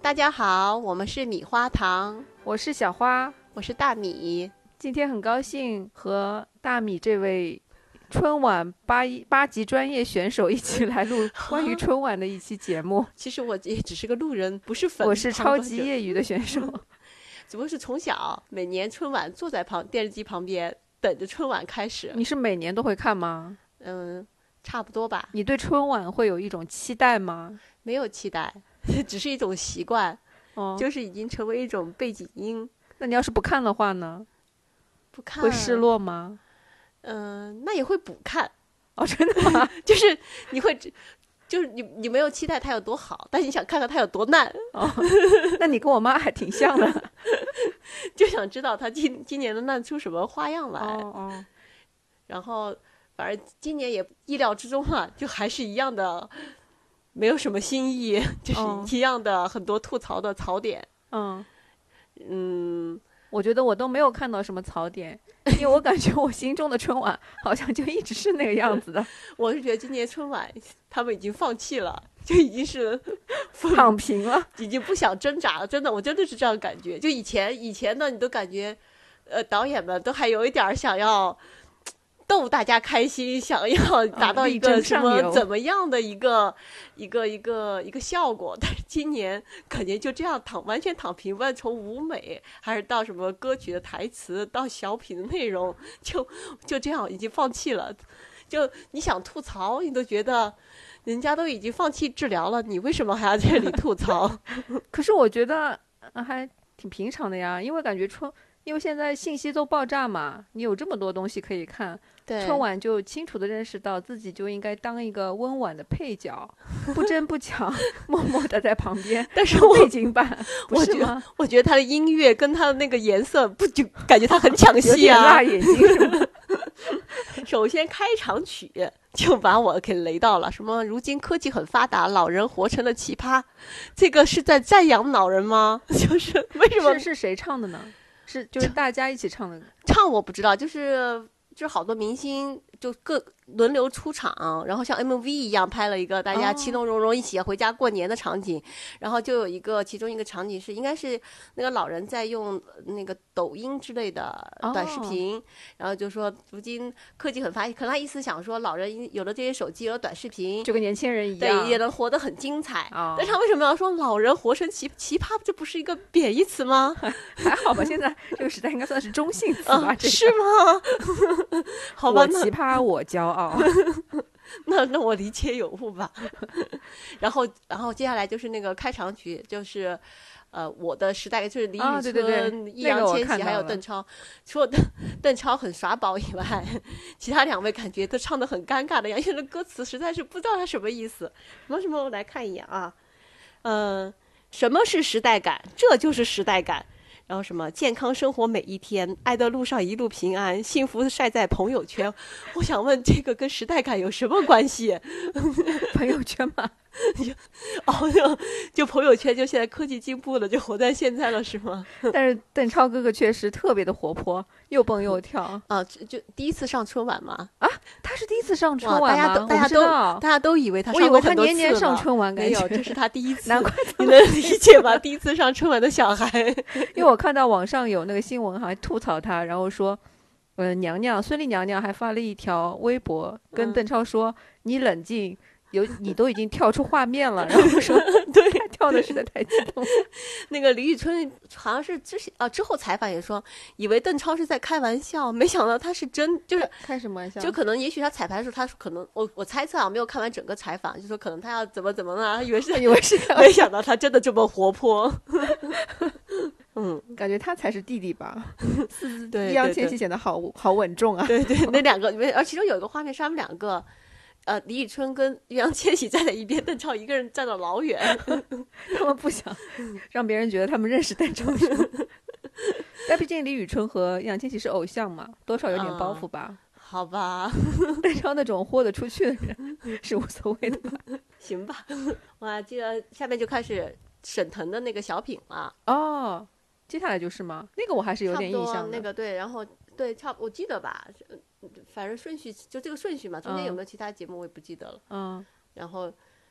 大家好，我们是米花糖，我是小花。我是大米。今天很高兴和大米这位春晚八一八级专业选手一起 来录关于春晚的一期节目。其实我也只是个路人，不是 粉，我是超旁级观者，业余的选手， 只不过是从小每年春晚坐在旁电视机旁边，等着春晚开始。你是每年都会看吗？嗯，差不多吧，你对春晚会有一种期待吗？没有期待， 只是一种习惯，哦，就是已经成为一种背景音。那你要是不看的话呢？不看会失。落吗？ 嗯、那也会补看，哦，真的吗？ 就是你会，就是你你没有期待它有多好，但是你想看看它有多烂，那你跟我妈还挺像的。 就想知道它今今年能烂出什么花样来。哦，然后反正今年也意料之中啊，就还是一样的，没有什么新意，哦就是一样的很多吐槽的槽点。嗯，嗯，我觉得我都没有看到什么槽点，因为我感觉我心中的春晚好像就一直是那个样 子的，我是觉得今年春晚他们已经放弃了，就已经是 躺平了。已经不想挣扎了。真的，我真的是这样感觉。就以前以前呢，你都感觉，呃，导演们都还有一点儿想要。逗大家开心，想要达到一哦力个争什上么游怎么样的一个一个一个一个效果？但是今年感觉就这样躺完全躺平，无论从舞美还是到什么歌曲的台词，到小品的内容，就就这样已经放弃了。就你想吐槽，你都觉得人家都已经放弃治疗了，你为什么还要在这里吐槽？可是我觉得、呃还挺平常的呀，因为感觉春，因为现在信息都爆炸嘛，你有这么多东西可以看，对春晚就清楚的认识到自己就应该当一个温婉的配角，不争不抢， 默默的在旁边但是当我背 景板，不我是觉得吗？我觉得他的音乐跟他的那个颜色不就感觉他很抢 有戏点啊辣。眼睛是吗？ 首先开场曲就把我给雷到了，什么如今科技很发达，老人活成了奇葩，这个是在赞扬老人吗？ 就是为什么是是谁唱的呢？是就是大家一起唱的，唱我不知道，就是就是好多明星就各轮流出场，然后像 MV 一样拍了一个大家哦其乐融融一起回家过年的场景，然后就有一个其中一个场景是应该是那个老人在用呃那个抖音之类的哦短视频，然后就说如今科技很发达，可能他意思想说老人有了这些手机，有了短视频，就跟年轻人一样对也能活得很精彩。啊但是他为什么要说老人活成奇奇葩？这不是一个贬义词 吗？还好吧，现在这个时代应该算是中性词吧？啊，这个是吗？ 好吧，我那奇葩，我 骄傲。那那我理解有误吧。 然后然后接下来就是那个开场曲，就是呃我的时代，就是李宇春、啊对对对易那个烊我千看玺到还有了邓超。除了邓邓超很耍宝以外， 其他两位感觉都唱的很尴尬的样，因为那歌词实在是不知道他什么意思。什么什么，我来看一眼啊，嗯、什么是时代感？这就是时代感。然后什么健康生活每一天，爱的路上一路平安，幸福晒在朋友圈。我想问，这个跟时代感有什么关系？朋友圈嘛，哦， 就就朋友圈就现在科技进步了，就活在现在了是吗？ 但是邓超哥哥确实特别的活泼，又蹦又跳。啊，就就第一次上春晚嘛，他是第一次上春晚哇吗？大家都我不知道大家都哦以为他我上以过为他很多次年年上了春晚，感没有， 这觉。是他第一次， 难怪你能理解吗？第一次上春晚的小孩，因为我看到网上有那个新闻，还吐槽他，然后说，呃，娘娘孙俪娘娘还发了一条微博，跟嗯邓超说：“你冷静，有你都已经跳出画 面了。”然后说对，他跳的实在太激动了。 那个李宇春好像是之前啊之后采访也说，以为邓超是在开玩笑，没想到他是真，就是开什么玩笑 就可能也许他彩排的时候，他说可能我我猜测啊，没有看完整个采访，就说可能他要怎么怎么呢？ 他以为是在，哎以为是开 玩没想到他真的这么活泼。嗯，笑，感觉他才是弟弟 吧？对易烊对千玺显得好好稳重啊。对对 对，那两个，而其中有一个画面是他们两个。呃，李宇春跟易烊千玺站在一边，邓超一个人站到老远。 他们不想嗯让别人觉得他们认识邓超是吗但毕竟李宇春和易烊千玺是偶像嘛，多少有点啊包袱吧。好吧，邓超那种豁得出去的人是无所谓的吧。行吧， 我还记得下面就开始沈腾的那个小品了。哦，接下来就是吗？那个我还是有差点不印多象的。那个对，然后对，差不我记得吧，呃反正顺序就这个顺序嘛，中间有嗯没有其他节目我也不记得了。嗯，然后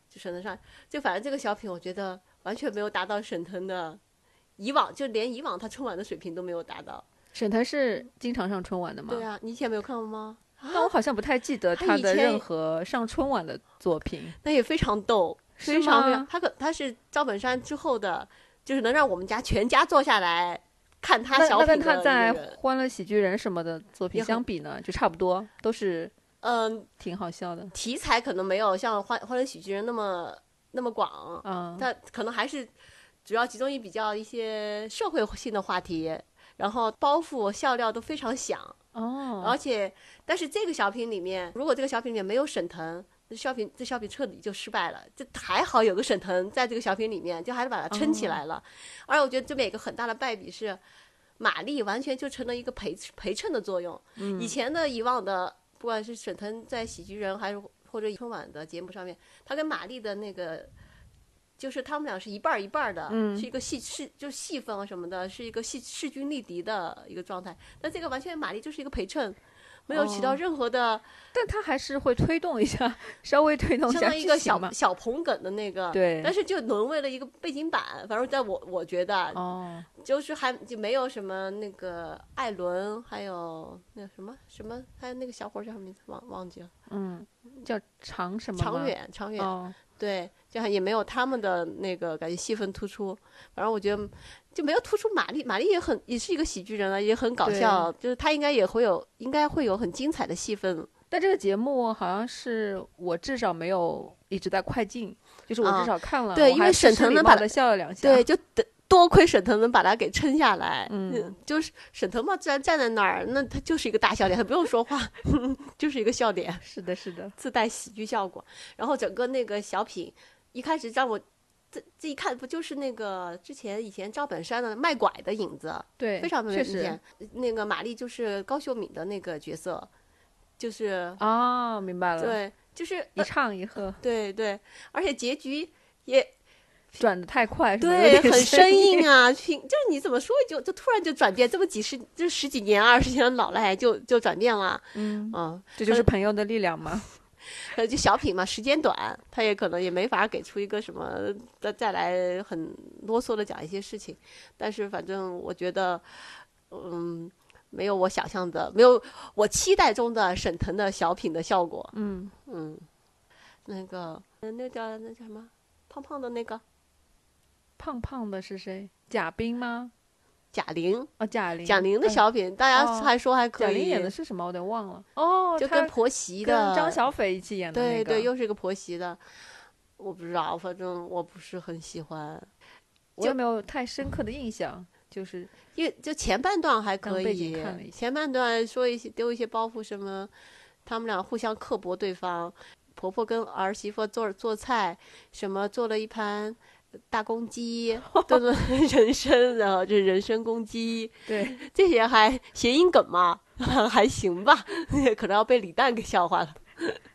就沈腾上，就反正这个小品，我觉得完全没有达到沈腾的以往，就连以往他春晚的水平都没有达到。沈腾是经常上春晚的吗？对啊，你以前没有看过吗？但我好像不太记得他他以的前任何上春晚的作品。那也非常逗，是非常非常吗，他可他是赵本山之后的，就是能让我们家全家坐下来看他那小那品的跟他一个在人《欢乐喜剧人》什么的作也品很相比呢，就差不多，都是嗯，挺好笑的。题材可能没有像《欢欢乐喜剧人》那么那么广，嗯，它可能还是主要集中于比较一些社会性的话题，然后包袱笑料都非常响，而哦，且但是这个小品里面，如果这个小品里面没有沈腾。这小品这小品彻底就失败了，这还好有个沈腾在这个小品里面，就还是把它撑哦起来了。而且我觉得这边有一个很大的败笔是，马丽完全就成了一个陪陪衬的作用。嗯以前的以往的，不管是沈腾在《喜剧人》还是或者春晚的节目上面，他跟马丽的那个，就是他们俩是一半儿一半儿的，嗯是一个戏是就是戏份啊什么的，是一个戏势均力敌的一个状态。但这个完全马丽就是一个陪衬，没有起到哦任何的、但他还是会推动一下， 稍微推动一相下当于一个剧情小嘛。小捧哏的那个。对但，是就沦为了一个背景板，反正在我我觉得啊哦，就是还就没有什么那个艾伦，还有那什么什么，还有那个小伙儿叫什么名字，忘忘记了，嗯，叫长什么吗？长远长远，哦，对，就还也没有他们的那个感觉戏份突出，反正我觉得就没有突出玛丽，玛丽也很也是一个喜剧人啊，也很搞对笑，就是她应该也会有应该会有很精彩的戏份，但这个节目好像是我至少没有一直在快进，就是我啊至少看了，对我因还为是沈礼腾能貌把地笑了两下，对，，就得多亏沈腾能把他给撑下来，嗯，就是沈腾嘛，既然站在那儿，那他就是一个大笑点，他不用说话， 就是一个笑点。是的，是的，自带喜剧效果。然后整个那个小品一开始让我这这一看不就是那个之前以前赵本山的卖拐的影子，对，非常确明实显。那个马丽就是高秀敏的那个角色，就是、哦，明白了，对，就是、一呃唱一和，对对，而且结局也转的太快，是吧对，很生。有点硬啊，拼就是你怎么说就就突然就转变，这么几十就十几年二十年的老赖就就转变了，嗯，嗯，这就是朋友的力量嘛。呃，就小品嘛，时间短，他也可能也没法给出一个什么再再来很啰嗦的讲一些事情，但是反正我觉得，嗯，没有我想象的，没有我期待中的沈腾的小品的效果，嗯，嗯，那个呃那叫那叫什么胖胖的那个胖胖的是谁？贾冰吗？贾玲，哦，贾玲。贾玲的哎小品，大家哦还说还贾可玲以，演的是什么？我有点忘了。哦，就她跟婆媳跟的张小斐一起演的那对个。对，又是一个婆媳的，我不知道，反正我不是很喜欢。我也没 有太深刻的印象，就是因为就前半段还当可背景以看了一，下前半段说一些丢一些包袱什么，他们俩互相刻薄对方，婆婆跟儿媳妇做做菜，什么做了一盘大公 鸡，做了 人参，然后就是人参公鸡， 对，这些还谐音梗嘛， 还行吧， 可能要被李诞给笑话了。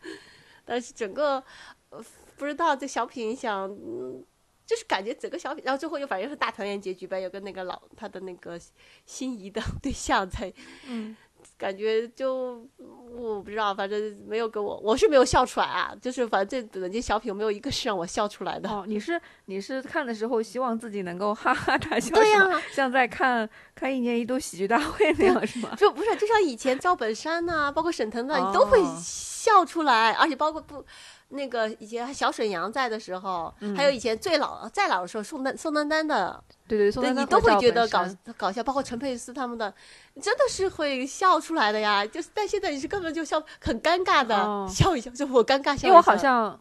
但是整个、呃不知道这小品想，嗯，就是感觉整个小品，然后最后又反正是大团圆结局呗，有个那个老他的那个心仪的 对象在， 嗯，感觉就我不知道，反正没有给我，我是没有笑出来啊，就是反正这本届小品没有一个是让我笑出来的。 哦，你是你是看的时候希望自己能够哈哈大笑，对是呀、吗像在看看一年一度喜剧大会那样是吗？就不是，就像以前赵本山呐、包括沈腾呐、啊你都会哦笑出来，而且包括不那个以前小沈阳在的时候，还嗯有以前最老再老的时候，宋丹宋丹丹的， 对对，宋对丹丹你和都会赵觉本得搞山搞笑，包括陈佩斯他们的，真的是会笑出来的呀。就是但现在你是根本就笑很尴尬的、哦笑一笑，就我尴尬笑一笑。因为我好像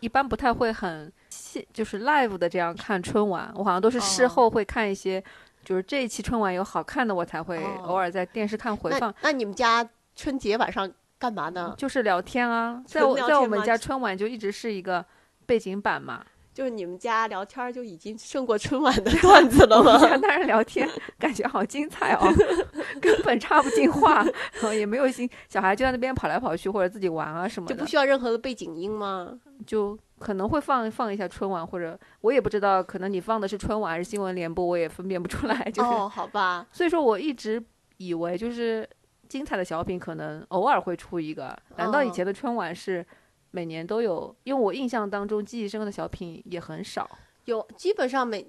一般不太会很细，就是 live 的这样看春晚，我好像都是事哦后会看一些，就是这一期春晚有好看的，我才会哦偶尔在电视看回放那，那你们家春节晚上干嘛呢？就是聊天啊，嗯在纯我聊在我天们吗家春晚就一直是一个背景板 嘛，就是你们家聊天儿就已经胜过春晚的段子 了吗？家当然聊天，感觉好精彩哦， 根本插不进话，然后也没有心，小孩就在那边跑来跑去或者自己玩啊什么就的不，需要任何的背景音吗？就可能会放放一下春晚，或者我也不知道，可能你放的是春晚还是新闻联播，我也分辨不出来，就是。哦，好吧，所以说我一直以为就是精彩的小品可能偶尔会出一个，难道以哦前的春晚是每年都有？因为我印象当中记忆深刻的小品也很少。有基本上每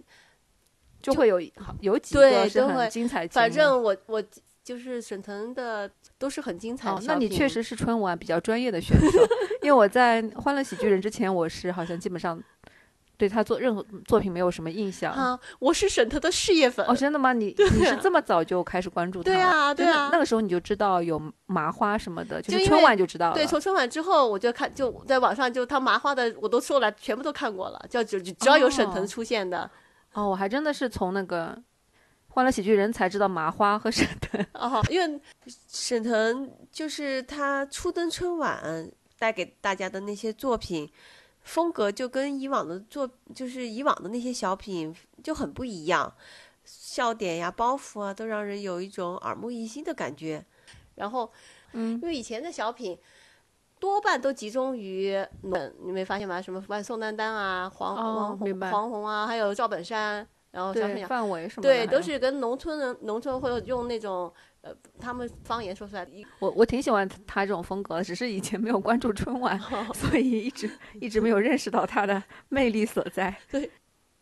就会有有几对个是都会很精彩节目。哦反正我我就是沈腾的都是很精彩的哦小，品。那你确实是春晚比较专业的选手，因为我在《欢乐喜剧人》之前，我是好像基本上对他做任何作品没有什么印象。啊，我是沈腾的事业粉。哦，真的 吗？你、对你是啊这么早就开始关注他对了？啊对真的啊那个时候你就知道有麻花什么的，就就是因春为晚就知道了。对，从春晚之后，我就看，就在网上，就他麻花的，我都搜了，全部都看过了，就只只要有沈腾哦出现的，哦，我还真的是从那个《欢乐喜剧人》才知道麻花和沈腾。哦，因为沈腾就是他初登春晚带给大家的那些作品，风格就跟以往的作，就是以往的那些小品就很不一样，笑点呀、包袱啊，都让人有一种耳目一新的感觉。然后 嗯因，为以前的小品多半都集中于嗯，你没发现吗？什么万宋丹丹啊、黄哦黄明宏、白黄宏啊，还有赵本山，然后啊小沈对，阳，范围什么的对，还有。都是跟农村人、农村会用那种呃，他们方言说出来的一我我挺喜欢他这种风格的，只是以前没有关注春 晚，所以一直一直没有认识到他的魅力所在。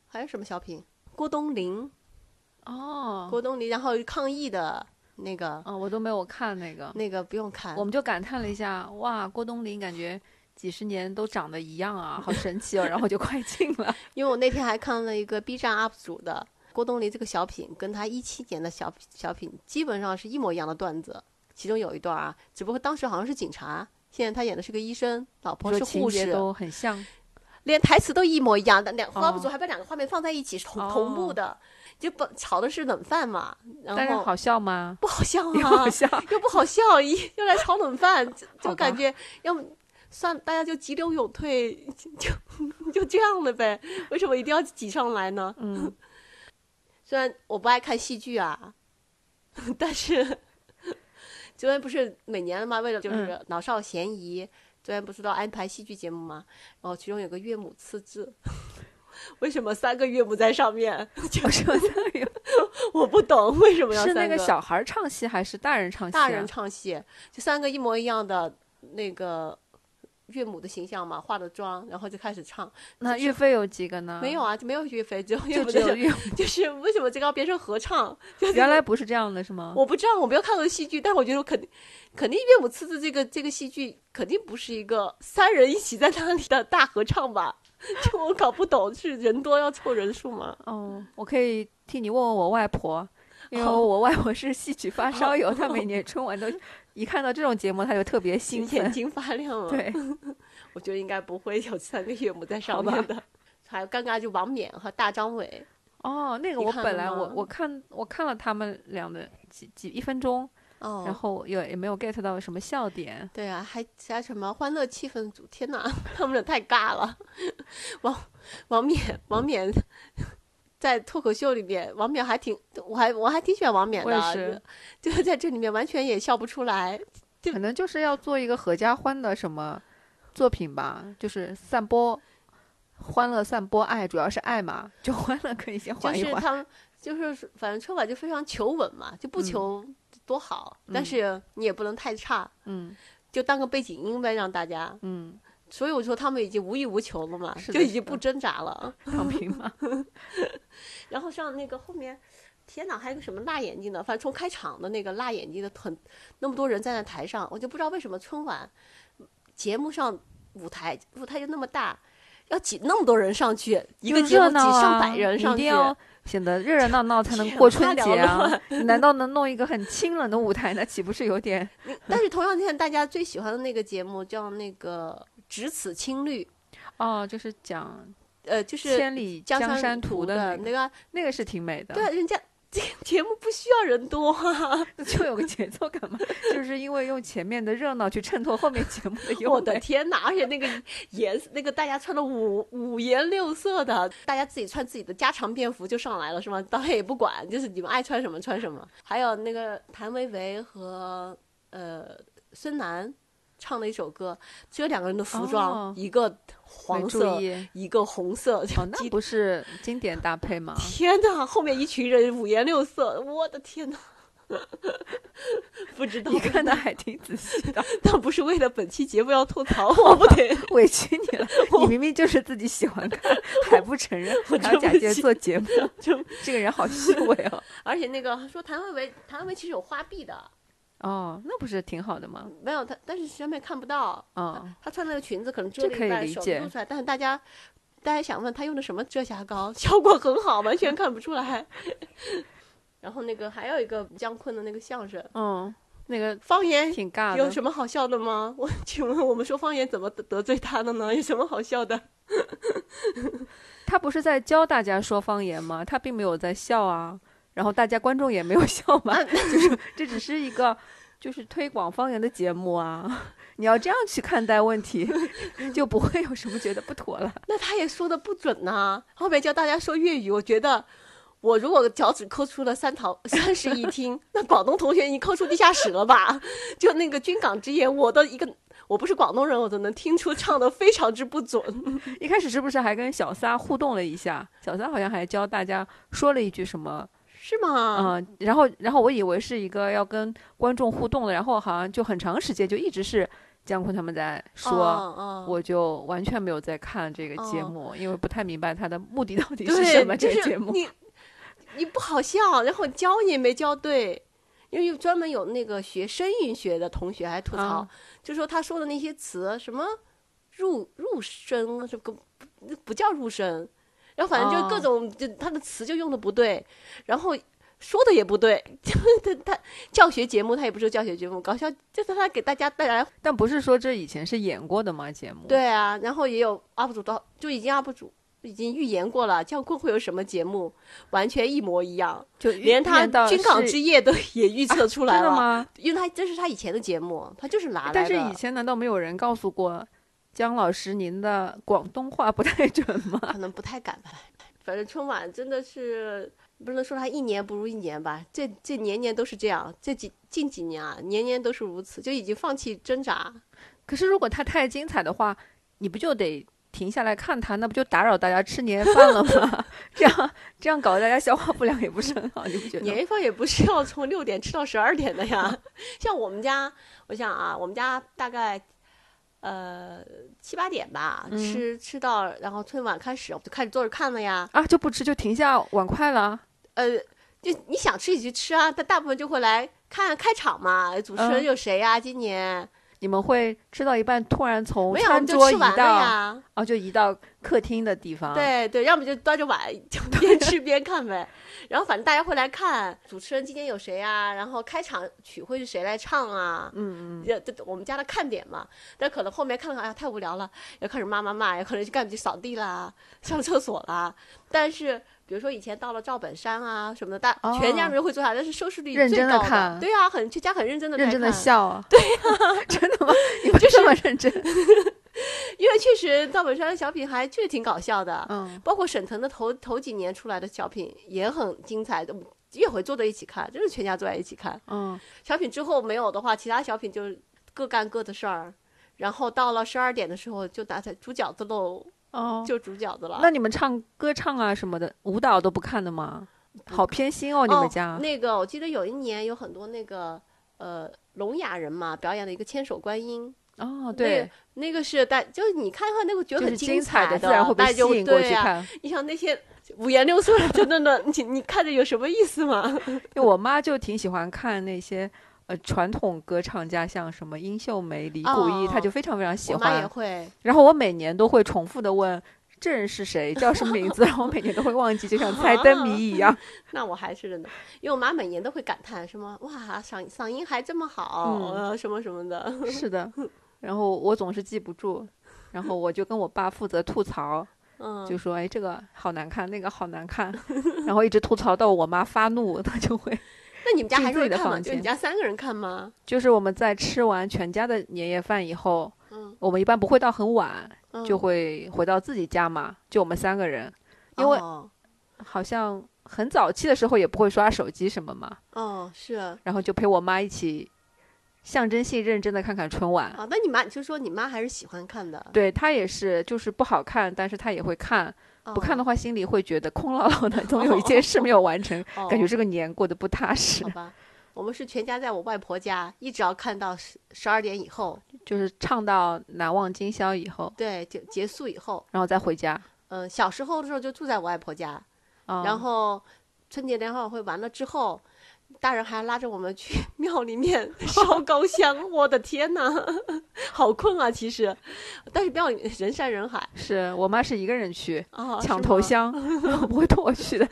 还有什么小品？郭冬临， 哦郭冬临，然后抗议的那个，哦，我都没有看那个，那个不用看我。们就感叹了一下，哇，郭冬临感觉几十年都长得一样啊，好神奇哦，然后就快进 了。因为我那天还看了一个 B 站 UP 主的郭冬临这个小品，跟他一七年的小品小品基本上是一模一样的段子。其中有一段啊，只不过当时好像是警察，现在他演的是个医生，老婆说是情护节士，都很像，连台词都一模一样的。两个哦 UP 主还把两个画面放在一起是同、哦同步的，就不炒的是冷饭嘛，然但是后好笑 吗？不好笑也啊好， 笑，又不好笑，一又来炒冷饭，就好吧就感觉要么算大家就急流勇退， 就就这样了呗。为什么一定要挤上来呢？嗯， 虽然我不爱看戏剧啊， 但是昨天不是每年嘛，为了就是嗯老少咸宜，昨天不是都安排戏剧节目嘛，然后其中有个岳母刺字。 为什么三个岳母在上面？ 我说的有我不懂为什么要是三那个小孩儿唱戏还是大人唱戏、啊？大人唱戏，就三个一模一样的那个岳母的形象嘛，化的妆，然后就开始唱。那岳飞有几个呢？没有，啊，就没有岳飞，只有岳 就母只有的。岳。 就是为什么这个要变成合唱？原来不是这样的，是吗？我不知道，我没有看过戏剧，但我觉得我肯定肯定岳母刺字这个这个戏剧肯定不是一个三人一起在那里的大合唱吧？ 就我搞不懂，是人多要凑人数吗？哦，我可以替你问问我外婆，因为好我外婆是戏曲发烧友，她每年春 晚都一看到这种节目，她就特别兴眼 奋。睛发亮了。 对，我觉得应该不会有三个岳母在上好吧面的。 还有尴尬就王冕和大张伟，哦，那个你我看本了来我吗我看我看了他们俩的几几一分钟，哦，然后也也没有 get 到什么笑点。对啊，还加什么欢乐气氛组？天哪，他们俩太尬了。王王冕，王冕在脱口秀里面，王冕还挺，我还我还挺喜欢王冕我也的是，就是在这里面完全也笑不出来。 可能就是要做一个合家欢的什么作品吧，就是散播欢乐、散播爱，主要是爱嘛，就欢乐可以先就缓一是缓。他们，就是反正春晚就非常求稳嘛，就不嗯求多好，但嗯是你也不能太差，嗯就当个背景音呗，让大家。嗯，所以我说他们已经无欲无求了嘛，是就的已是经不的挣扎了。躺平 嘛。然后上那个后面，天哪，还有个什么辣眼睛的，反正从开场的那个辣眼睛的很那么多人站在台上，我就不知道为什么春晚节目上舞台舞台就那么大，要挤那么多人上去，一个就节目热挤闹啊上百人你上一定去，要显得热热闹闹才能过春节天花啊！你难道能弄一个很清冷的舞台，那岂不是有点？你但是同样现在大家最喜欢的那个节目叫那个《只此青绿》， 哦，就是讲呃，就是《千里江江山山图》的的那那个，个，啊那个是挺美的，对啊，人家。 这个节目不需要人多啊！就有个节奏感嘛， 就是因为用前面的热闹去衬托后面节目的 我优的美。天哪！而且那个颜色，那个大家穿的五五颜六色的，大家自己穿自己的家常便服就上来了，是吗？导演也不管，就是你们爱穿什么穿什么。还有那个谭维维和呃孙楠唱的一首歌，只有两个人的服装，哦一个没黄注色，意一个红色。 哦，那不是经典搭配吗？天哪！后面一群人五颜六色，我的天哪！ 不 知道 你，看的还挺仔细的，但不是为了本期节目要吐槽，我不得，委屈你了。你明明就是自己喜欢看，还不承认，我还真要假不借信做节目，真这个人好虚伪哦。 而且那个说谭维维，谭维维其实有花臂的，哦，那不是挺好的吗？没有他，但是上面看不到，哦，她穿那个裙子可能遮这了可一以半，理手解露出来，但是大家。大家想问她用的什么遮瑕膏，效果很好，完全看不出来。 然后那个还有一个姜昆的那个相声嗯，那个方言挺尬有的。什么好笑的吗？我请问我们说方言怎么得得罪他的呢？有什么好笑的？他不是在教大家说方言吗？他并没有在笑啊，然后大家观众也没有 笑嘛，啊就是这只是一个就是推广方言的节目啊。 你要这样去看待问题， 就不会有什么觉得不妥了。那他也说的不准呐、后面教大家说粤语，我觉得我如果脚趾抠出了三桃 三室一厅，那广东同学已经抠出地下室了吧？ 就那个军港之夜，我的一个我不是广东人，我都能听出唱的非常之不准。一开始是不是还跟小撒互动了一下？小撒好像还教大家说了一句什么，是吗？嗯、然后然后我以为是一个要跟观众互动的，然后好像就很长时间就一直是姜昆他们在说。哦，哦我就完全没有在看这个节哦目，因为不太明白它的目的到底是什么。对，就这个是节目，你你不好笑，然后教你也没教对，因为有专门有那个学声韵学的同学还吐槽，啊就说他说的那些词什么入入声，啊这个不不叫入声，然后反正就哦各种、就他的词就用的不对，然后。说的也不对， 就是他他教学节目，他也不是教学节目，搞笑就是他给大家带来但不是说这以前是演过的吗？节目，对啊，然后也有 UP 主到，就已经 UP 主已经预言过了，姜昆会有什么节目，完全一模一样，就连他到《军港是啊之夜》都 也预测出来真的了，吗？因为他这是他以前的节目，他就是拿来的。但是以前难道没有人告诉过姜老师您的广东话不太准吗？可能不太敢吧，反正春晚真的是不能说他一年不如一年吧，这这年年都是这样，这几近几年啊，年年都是如此，就已经放弃挣扎。可是如果它太精彩的话，你不就得停下来看它？那不就打扰大家吃年夜饭了吗？ 这样这样搞，大家消化不良也不是很好，你不觉得年吗？夜饭也不是要从六点吃到十二点的呀。 像我们家，我想啊，我们家大概呃七八点吧，嗯吃吃到，然后春晚开始我就开始坐着看了呀。啊，就不吃就停下碗筷了。呃，就你想吃你去吃啊，但大部分就会来看开场嘛，主持人嗯有谁呀、今年你们会吃到一半，突然从没有我餐们桌就移吃完了到呀。哦，就移到客厅的地方。，对对，要么就端着碗就边吃边看呗。 然后反正大家会来看主持人今天有谁啊，然后开场曲会是谁来唱啊？嗯嗯，这这我们家的看点嘛。但可能后面看看，哎呀，太无聊了，也开始骂骂骂，也可能就干起扫地啦、 上厕所啦。但是比如说以前到了赵本山啊什么的，大哦全家人都会坐下来，但是收视率认最真地高的看对啊，很全家很认真的认真的看， 笑啊。对呀， 真的吗？你们这么认真？因为确实赵本山的小品还确实挺搞笑 的，嗯，包括沈腾的头头几年出来的小品也很精彩，我们也会坐在一起看，就是全家坐在一起看。嗯，小品之后没有的话，其他小品就是各干各的事儿，然后到了十二点的时候就拿起煮饺子喽，哦，就煮饺子了。那你们唱歌唱啊什么的，舞蹈都不看的吗？好偏心哦，你们家哦、。那个我记得有一年有很多那个呃聋哑人嘛表演了一个千手观音。哦，对，那个是大，就是你看看那个觉就得很是精彩的，自然会被大家吸就引过对去呀看。你 想那些五颜六色的，真的呢，你你看着有什么意思吗？因为我妈就挺喜欢看那些呃传统歌唱家，像什么殷秀梅、李谷一，她哦就非常非常喜我妈也欢。会，然后我每年都会重复的问这人是谁，叫什么名字，然 后我每年都会忘记，就像猜灯谜一样。那我还是真的，因为我妈每年都会感叹什么哇嗓嗓音还这么好，嗯呃什么什么的。是的，然后我总是记不住，然后我就跟我爸负责吐 槽，嗯，就说哎这个好难看，那个好难看， 然后一直吐槽到我妈发怒，她就会。那你们家进还是自会己的看吗？房就你间家三个人看吗？就是我们在吃完全家的年夜饭以后，嗯我们一般不会到很晚，嗯就会回到自己家嘛，就我们三个人，因为哦，好像很早期的时候也不会刷手机什么嘛，哦是啊，然后就陪我妈一起象征性认真的看看春晚。哦那你妈就说你妈还是喜欢看的，对她也是，就是不好看，但是她也会看，不看的话话心里会觉得空落落的，总有一件事没有完成，感觉是这个年过得不踏实哦好。吧。我们是全家在我外婆家，一直要看到十十二点以后， 就是唱到难忘今宵以后，对，就结束以后。然后再回家。嗯，小时候的时候就住在我外婆家，啊然后春节联欢晚会完了之后，大人还拉着我们去 庙里 面烧高香，我的天呐， 好困啊！其实，但是庙里面人山人海是我妈是一个人去啊，抢是头吗。 香，我不会跟我去的。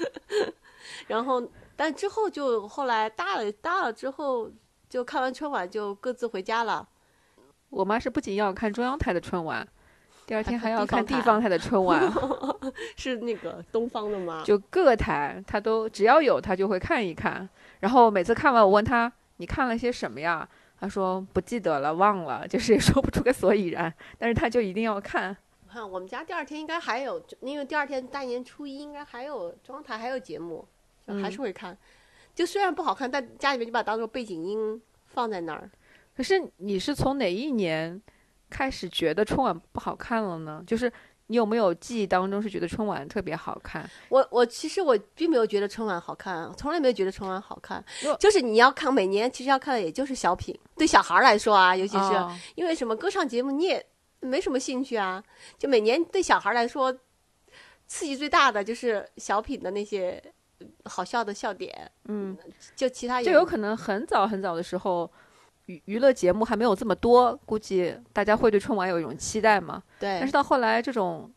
然后，但之后就后来大了大了之后，就看完春晚就各自回家了。我妈是不仅要看中央台的春晚，第二天还还看要地方看地台方台的 春晚，是那个东方的吗？就各台她都只要有她就会看一看。然后每次看完，我问她你看了些什么呀？她说不记得了，忘了， 就是也说不出个所以然。但是她就一定要看。我看我们家第二天应该还有，因为第二天大年初一应该还有中央台还有节目，就还嗯是会看。就虽然不好看，但家里面就把它当做背景音放在那儿。可是你是从哪一年开始觉得春晚不好看了呢？就是你有没有记忆当中是觉得春晚特别好看？我我其实我并没有觉得春晚好看，从来没有觉得春晚好看哟。就是你要看每年，其实要看的也就是小品，对小孩儿来说啊，尤其是哦因为什么歌唱节目你也没什么兴趣啊。就每年对小孩儿来说，刺激最大的就是小品的那些呃好笑的笑点，嗯，就其他也就有可能很早很早的时候，娱娱乐节目还没有这么多，估计大家会对春晚有一种期待嘛。但对是到后来，这种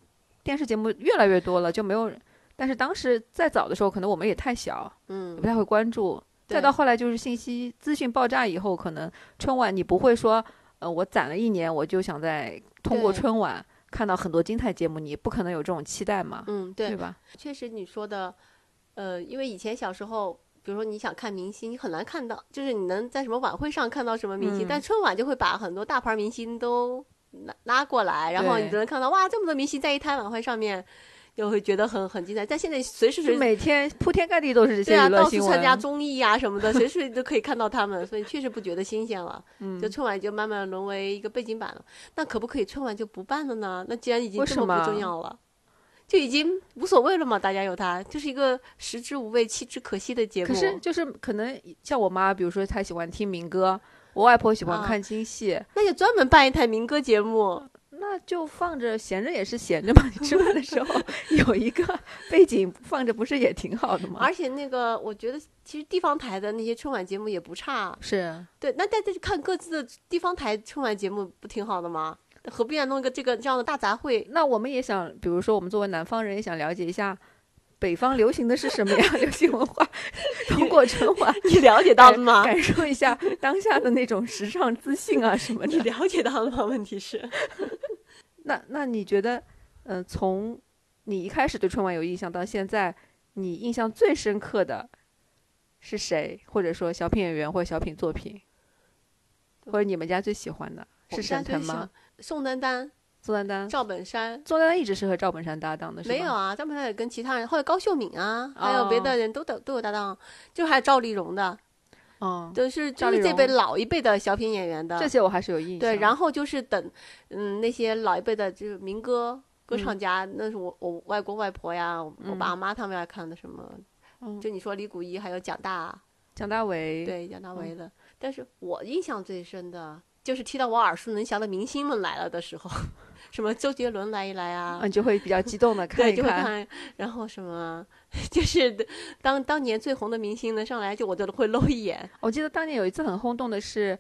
电视节目越来越多了，就没有人。但是当时再早的时候，可能我们也太小，也嗯不太会关注。再对到后来，就是信息资讯爆炸以后，可能春晚你不会说，呃，我攒了一年，我就想在通过对春晚看到很多精彩节目，你不可能有这种期待嘛，嗯对对，吧？确实你说的，呃，因为以前小时候。比如说你想看明星，你很难看到，就是你能在什么晚会上看到什么明星，嗯但春晚就会把很多大牌明星都拉拉过来，然后你对就能看到哇，这么多明星在一台晚会上面，就会觉得很很精彩。但现在随时随就地每天铺天盖地都是对这些啊，娱乐到新处闻，参加综艺啊什么的，随时都可以看到他们，所以确实不觉得新鲜了。 嗯就春晚就慢慢沦为一个背景板了。那可不可以春晚就不办了呢？那既然已经为这什么么不重要了，就已经无所谓了嘛。大家有它，就是一个食之无味，弃之可惜的节目。可是就是可能像我妈，比如说她喜欢听民歌，我外婆喜欢啊看京戏，那就专门办一台民歌节目，那就放着闲着也是闲着嘛。 你吃饭的时 候有一个背景放着，不是也挺好的吗？而且那个我觉得其实地方台的那些春晚节目也不差。是，啊对，那大家就看各自的地方台春晚节目不挺好的吗？何必要弄一个这个这样的大杂烩？ 那我们也想，比如说我们作为南方人，也想了解一下北方流行的是什么呀？ 流行文化，通过春晚你了解到了感吗？感受一下当下的那种时尚自信啊什么你的。了解到了吗？问题是，那那你觉得，呃，从你一开始对春晚有印象到现在，你印象最深刻的是谁？或者说小品演员或者小品作品，或者你们家最喜欢的我是们沈家最腾喜吗欢？宋丹丹、宋丹丹，赵本山，宋丹丹一直是和赵本山搭档的，是吗哦没有？啊，赵本山也跟其他人，后来高秀敏啊，还有别的人都都都有搭档，就还有赵丽蓉的，嗯，都是赵就丽是蓉这辈老一辈的小品演员的这。些我还是有印象。对，然后就是等，嗯，那些老一辈的，就是民歌歌唱家，那是我我外公外婆呀，我我爸嗯我妈他们爱看的什么，嗯就你说李谷一还有蒋大，蒋大为，对杨大为的。但是我印象最深的就是听到我耳熟能详的明星们来了的时候， 什么周杰伦来一来啊嗯，，你就会比较激动的看对，一就会。看，然后什么， 就是当当年最红的明星呢上来就我就会搂一眼，我记得当年有一次很轰动的是，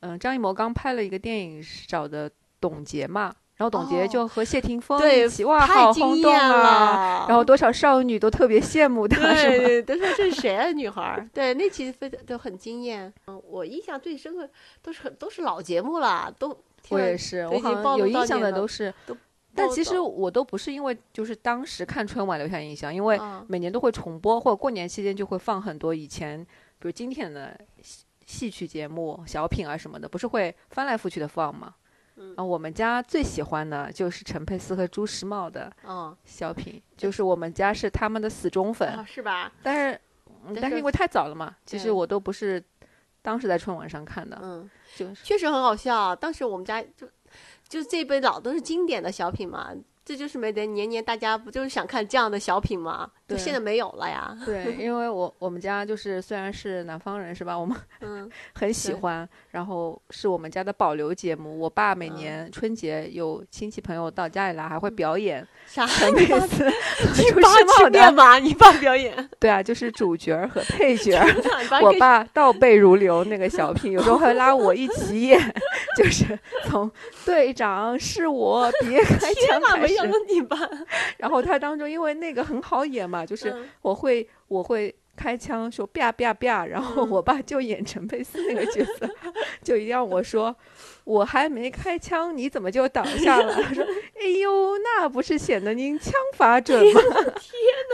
嗯、张艺谋刚拍了一个电影，是找的董洁嘛，然后董洁哦就和谢霆锋对一起，哇，太好惊轰动艳啊！了。然后多少少女都特别羡慕他，是吗？对，都说这是谁啊，女孩儿？对，那期非常都很惊艳。嗯，我印象最深刻都是很都是老节目了，都我天也呐是，都我已好经像暴露有印到象你的了都是，都但都其懂实我都不是因为就是当时看春晚留下印象，因为啊每年都会重播，或者过年期间就会放很多以前，比如经典的戏戏曲节目、小品啊什么的，不是会翻来覆去的放吗？嗯啊，我们家最喜欢的就是陈佩斯和朱时茂的啊、小品，就是我们家是他们的死忠粉，啊是吧？但是嗯但但是是因为太早了嘛，其实对我都不是当时在春晚上看的，嗯，就是 啊确实很好笑。当时我们家就就这辈老都是经典的小品嘛，这就是没得年年大家不就是想看这样的小品吗？就对现在没有了呀。对，因为我我们家就是虽然是南方人是吧，我们嗯，很喜对欢，然后是我们家的保留节目。我爸每嗯年春节有亲戚朋友到家里来，还会 表演啥？陈佩 斯和你朱爸时茂去的面，吗？你爸表演？ 对啊，就是主角儿和配角儿。你爸我给爸倒背如流那个小品，有时候还会拉我一起演， 就是从队长是我别开天枪哪，开没始想。到你 爸然后他当中因为那个很好演嘛，就是嗯我会我会开枪说啪啪啪，然后嗯我爸就演陈佩斯那个角色， 就一让我说我还没开枪，你怎么就倒下了？他说哎呦，那不是显得您枪法准吗？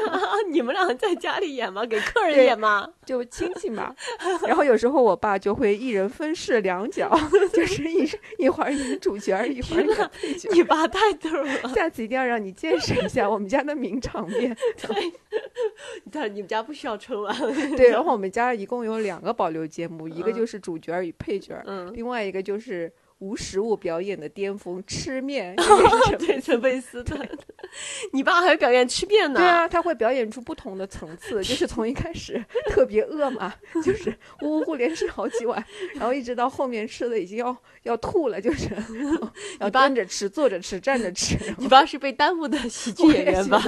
啊，你们俩在家里演吗？给客人对演 吗？就亲戚嘛。然后有时候我爸就会一人分饰两角， 就是一一会儿演主角儿，一会儿演配角儿。你爸太逗了，下次一定要让你见识一下我们家的名场面。 但你们家不需要春晚，对，然后我们家一共有两个保留节目，一个嗯就是主角儿与配角儿，嗯，另外一个就是无实物表演的巅峰吃 面，因为是 对，陈佩斯的， 你爸还表演吃面呢，对啊，他会表演出不同的层次， 就是从一开始特别饿嘛，就是呜呼呼连吃好几碗，然后一直到后面吃的已经要要吐 了，就是爸要蹲着吃、坐着吃、站着 吃，然你后爸是被耽误的喜剧我演也员觉吧？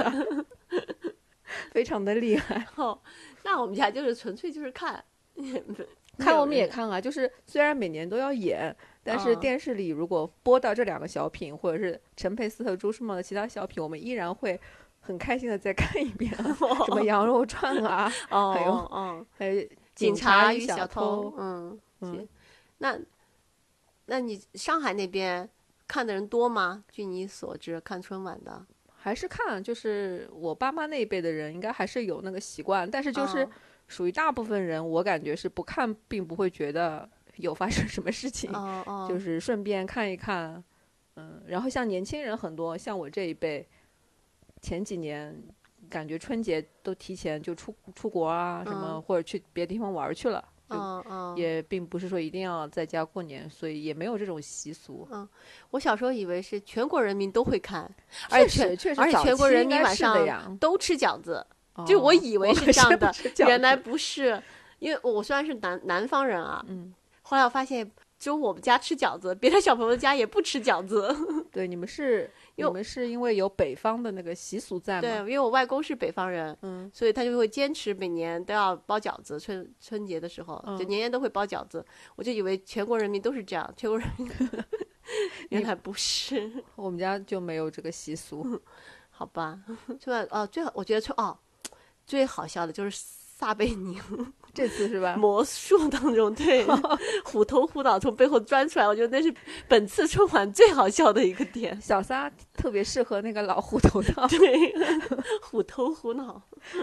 得 非常的厉害。哦， 那我们家就是纯粹就是看，看我们也看，看啊，就是虽然每年都要演，但是啊电视里如果播到这两个小品，或者是陈佩斯和朱时茂的其他小品，我们依然会很开心的再看一遍 啊，什么羊肉串啊，哦还有哦 哦，还有 警察与小偷，，嗯，嗯，那那你上海那边看的人多吗？据你所知，看春晚 的，还是看，就是我爸妈那一辈的人应该还是有那个习惯，但是就是嗯属于大部分人，我感觉是不看并不会觉得有发生什么事情，哦哦，就是顺便看一看，嗯，然后像年轻人很多，像我这一辈，前几年感觉春节都提前就出出国啊，什么、嗯或者去别的地方玩儿去了，就嗯嗯，也并不是说一定要在家过年，所以也没有这种习俗。我小时候以为是全国人民都会看，而且确全实，确实而且早全国期人应民该晚是上的呀，都吃饺子，就我哦以为我是们这样不的吃饺原来子不是，因为我虽然是南南方人啊，嗯，后来我发现。只有我们家吃饺子，别的小朋友家也不吃饺子。对，你们是你因为们是因为有北方的那个习俗在对，吗？因为我外公是北方人，嗯，所以他就会坚持每年都要包饺子。春春节的时候，就嗯年年都会包饺子。我就以为全国人民都是这样，全国人民 原来不是。我们家就没有这个习嗯俗。好吧，春晚哦，最好我觉得春哦，最好笑的就是撒贝宁这 次是吧？魔术当中，对虎头虎脑从背后钻出来，我觉得那是本次春晚最好笑的一个 点。小撒特别适合那个老虎头套，对，虎头虎脑，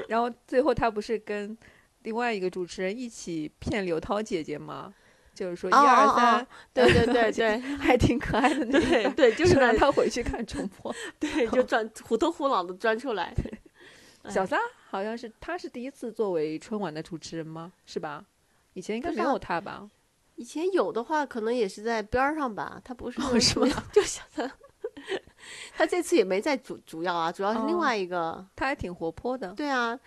然后最后他不是跟另外一个主持人一起骗刘涛姐姐吗？就是说一哦二哦三哦，对对 对对还挺可爱 的那一对段，对，就是说让那他回去看重播。对，就钻虎头虎脑的钻出来。哎小撒好像是他是第一次作为春晚的主持人吗？是吧？以前应该不知没道有他吧？以前有的话，可能也是在边儿上吧，他不是、哦是吗？就想 他，他这次也没在主主要啊，主要是另哦外一个。他还挺活泼的，对啊，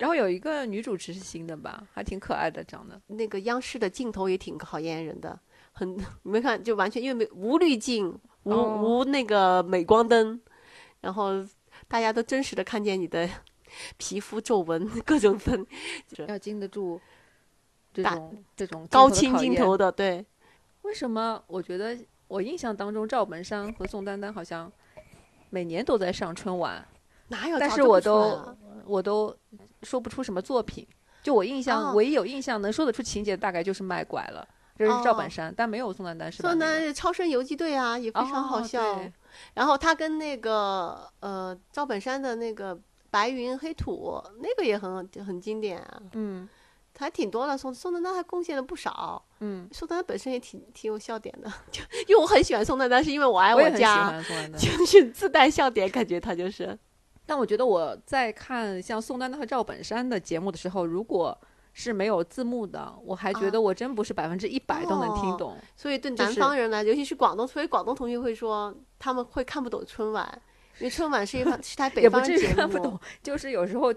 然后有一个女主持是新的吧，还挺可爱的，长得。那个央视的镜头也挺考验人的，很 你没看就完全因为没无滤镜，无、哦无那个镁光灯，然后大家都真实的看见你的皮肤皱纹各种分要经得住这大种这种镜高头的清考镜验头的，对，为什么？我觉得我印象当中，赵本山和宋丹丹好像每年都在上春晚，哪有但找是这么我出来都啊我都说不出什么作品。就我印象，哦唯一有印象能说得出情节，大概就是卖拐了，这是赵本哦山，但没有宋丹丹是吧？说那个呢，超生游击队啊也非常好哦笑。对然后他跟那个呃赵本山的那个《白云黑土》那个也很很经典啊，嗯还挺多的。宋宋丹丹还贡献了不少，嗯，宋丹丹本身也挺挺有笑点的，就因为我很喜欢宋丹丹，是因为我爱我也很喜家，欢宋丹丹。就是自带笑点，感觉他就是但我觉得我在看像宋丹丹和赵本山的节目的时候，如果是没有字幕的，我还觉啊得我真不是百分之一百都能听哦懂。所以对就南是方人来，尤其是广东，所以广东同学会说他们会看不懂春晚，因为春晚是一 方是台北也不方至于节看不目懂，， 就是有时候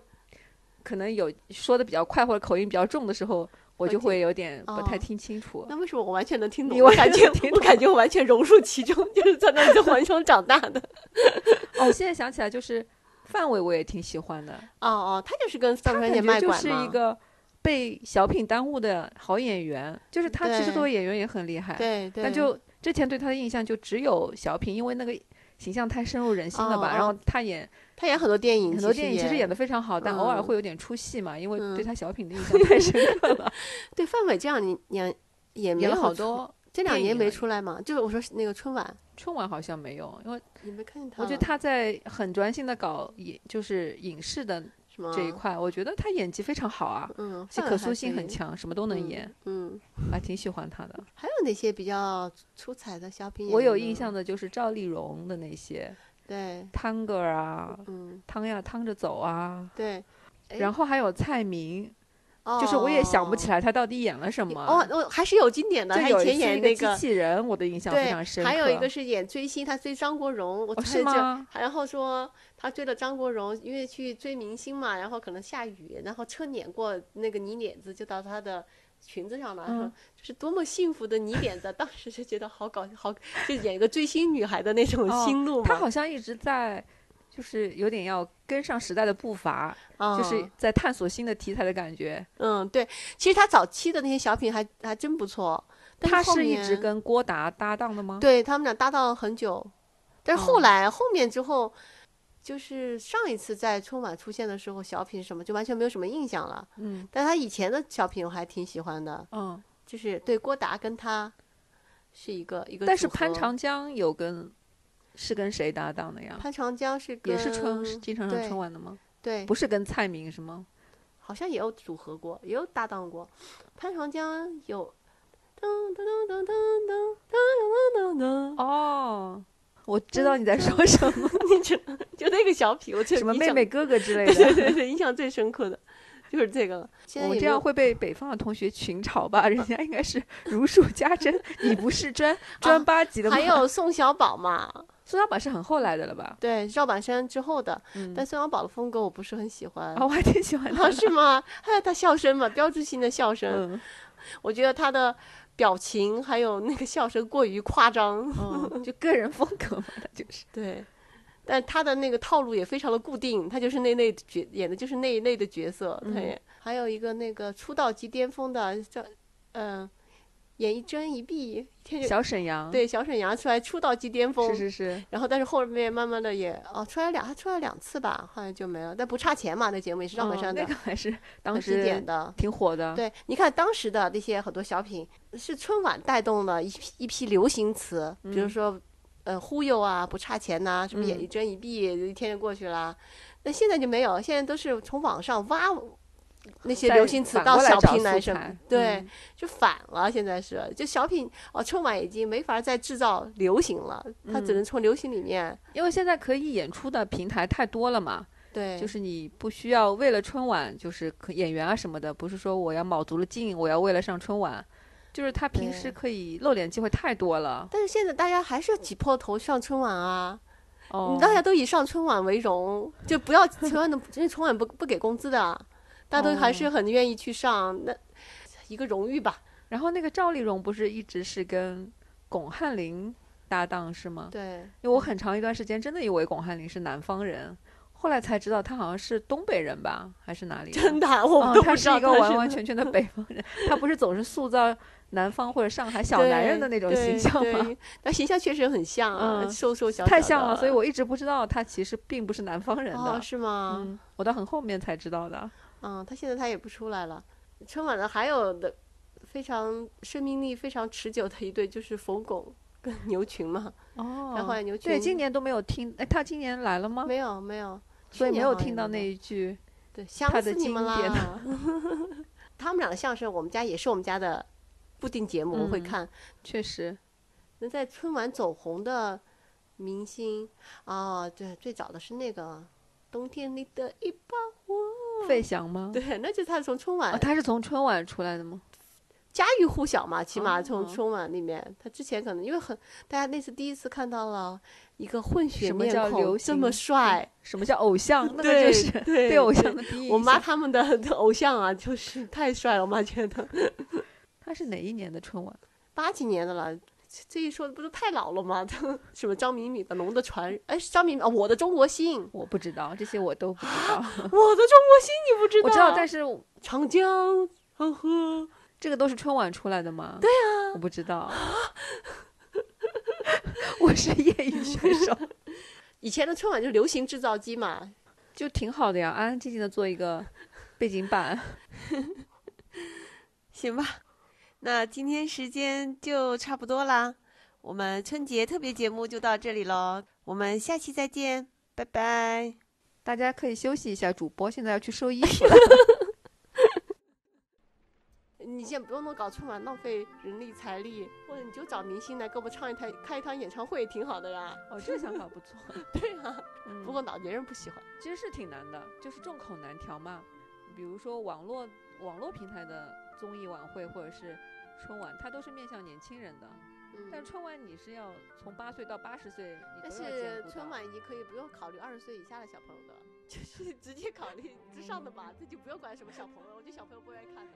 可能有说的比较快或者口音比较重的时候，我我就记会有点不太哦听清楚。那为什么我完全能听懂？你我完感全觉能听我懂感觉我完全融入其中，就是在那里就 环中长大的。哦，现在想起来就是范伟，我也挺喜欢的，哦哦，他就是跟他范感范姐觉卖就拐是一嘛。个被小品耽误的好演员，就是他其实对作为演员也很厉害，对对，但就之前对他的印象就只有小品，因为那个形象太深入人心了吧，哦然后哦他演他演很多电影，很多电影其实也演的非常好，但偶尔嗯会有点出戏嘛，因为对嗯他小品 的印象太深刻了，对范伟这样你演也没 演了 有好出，多。这两电年影没而已出来嘛？就是我说是那个春晚，春晚好像没有，因为你没看见他？我觉得他在很专心的搞影，就是影视的什么这一，块，我觉得他演技非常好啊，嗯，其范可伟塑还性可很以，强，什么都能演，嗯，还挺喜欢他的。还有哪些比较出彩的小品？我有印，象的就是赵丽蓉的那些对，探戈啊，嗯，趟呀趟着走啊，对，哎然后还有蔡明，就是我也想不起来来他到底演了什么。哦，哦，还是有经典的，就他有以前一次演一个那机个。器人，我的印象非对常，深刻。还有一个是演追星，他追张国荣，我哦记是得这吗？然后说他追了张国荣，因为去追明星嘛，然后可能下雨，然后车碾过那个泥点子，就到他的裙子上了。嗯说这是多么幸福的泥点子，当时就觉得好搞好，就演一个追星女孩的那种哦心路他嘛。好像一直在，就是有点要跟上时代的步伐，啊就是在探索新的题材的感觉。嗯，对，其实他早期的那些小品还还真不错，但他后是一直面跟郭达搭档的吗？对他们俩搭档了很久，但是哦后来、后面之后，就是上一次在春晚出现的时候，小品什么就完全没有什么印象了。嗯但他以前的小品我还挺喜欢的，嗯。就是对郭达跟他是一个一个组合。但是潘长江有跟是跟谁搭档的呀？潘长江是也是春跟经常上对春晚的吗？对，不是跟蔡明是吗？好像也有组合过，也有搭档过。潘长江有噔噔噔噔噔噔噔噔噔 哦，我知嗯道你在说什么，噔，你知道就那个小品，我最什么印妹象妹哥哥之类 对的。对对，印象最深刻的就是这个了。 现在我们也这没有样会被北方的同学群嘲吧？人家应该是如数家珍，你不是 专专八级的哦吗？还有宋小宝嘛，苏打板是很后来的了吧？对赵本山之后的，嗯，但宋小宝的风格我不是很喜欢啊，。我还挺喜欢 他啊，的。是吗？还有他笑声嘛，标志性的笑声，嗯我觉得他的表情还有那个笑声过于夸张。嗯，就个人风格嘛，他就是。 对，但他的那个套路也非常的固定，他就是那类角演的就是那一类的角色。他嗯也、还有一个那个出道即巅峰的叫嗯、眼一睁一闭，一天就小沈阳，，对小沈阳出来出道即巅峰，是是是，然后但是后面慢慢的也哦出来两，他出来两次吧，好像就没了。但不差钱嘛，那节目也是赵本嗯山的，那个 还是当很经时啊典的。挺火的，对，你看当时的那些很多小品，是春晚带动了一批一批流行词，比如嗯说，呃，忽悠啊，不差钱呐、什么眼嗯一睁一闭，一天就过去了。那现在就没有，现在都是从网上挖那些再流行词反到过来小找品素来什么材，对，嗯就反了，现在是就小品哦，春晚已经没法再制造流行了，它只嗯能从流行里面、因为现在可以演出的平台太多了嘛，对，就是你不需要为了春晚，就是可演员啊什么的，不是说我要卯足了劲，我要为了上春晚，就是他平时对可以露脸机会太多了。但是现在大家还是挤破头上春晚啊，哦，大家都以上春晚为荣，就不要春晚的，因为春晚不不给工资的，大家都还哦是很愿意去上，那一个荣誉吧。然后那个赵丽蓉不是一直是跟巩汉林搭档是吗？对，因为我很长一段时间真的以为巩汉林是南方人，后来才知道他好像是东北人吧，还是哪里人？真的啊，我哦们都他不知是道一个他完是完全全的北方人，他不是总是塑造南方或者上海小男人的那种形象对吗？ 对那形象确实很像啊，嗯瘦瘦小小太像了，的所以我一直不知道他其实并不是南方人的。哦，是吗？嗯，我到很后面才知道的。嗯，他现在他也不出来了。春晚的还有的非常生命力非常持久的一对就是冯巩跟牛群嘛，哦然后后来牛群对，今年都没有听，哎，他今年来了吗？没有没有，所以去没年有好像听到那没有一句。对想他的死你们经典啦。 他们俩的相声，我们家也是我们家的固定节目，我会嗯看。确实，那在春晚走红的明星啊，对，最早的是那个冬天里的一把火，嗯费翔吗？对，那就是他从春晚哦，他是从春晚出来的吗？家喻户晓嘛，起码从哦春晚里面，他之前可能因为很大家那次第一次看到了一个混血什么面叫孔流这么行帅， 什么叫偶像？那个哎对就是对对偶对像的第一印象。我妈他们的的偶像啊，就是太帅了，我妈觉得她是哪一年的春晚？八几年的了。这这一说不是太老了吗？ 什么张敏敏的《龙的传人》？哎，是张敏敏啊，我的中国 心，我不知道，这些我都不知道。我的中国心你 不知道？我知道，但是长江，呵呵，这个都是春晚出来的吗？对啊，我不知 道。我是业余选 手，以前的春晚就是流行制造机嘛，就挺好的呀，安安静静的做一个背景板。行吧，那今天时间就差不多啦，我们春节特别节目就到这里喽，我们下期再见，拜拜。大家可以休息一下，主播现在要去收衣服了。 你先不用弄搞春晚，浪费人力财力，或者你就找明星来给我们唱一台开一场演唱会，挺好的呀。 哦，这个想法不错。对啊，嗯，不过老年人不喜欢。其实是挺难的，就是众口难调嘛。比如说网络网络平台的综艺晚会或者是春晚，它都是面向年轻人的。但嗯，春晚你是要从八岁到八十岁，你但都要兼是顾春到。晚已经可以不用考虑二十岁以下的小朋 友的，就是直接考虑之上的吧，这就不用管什么小朋友，我觉得小朋友不愿意看的。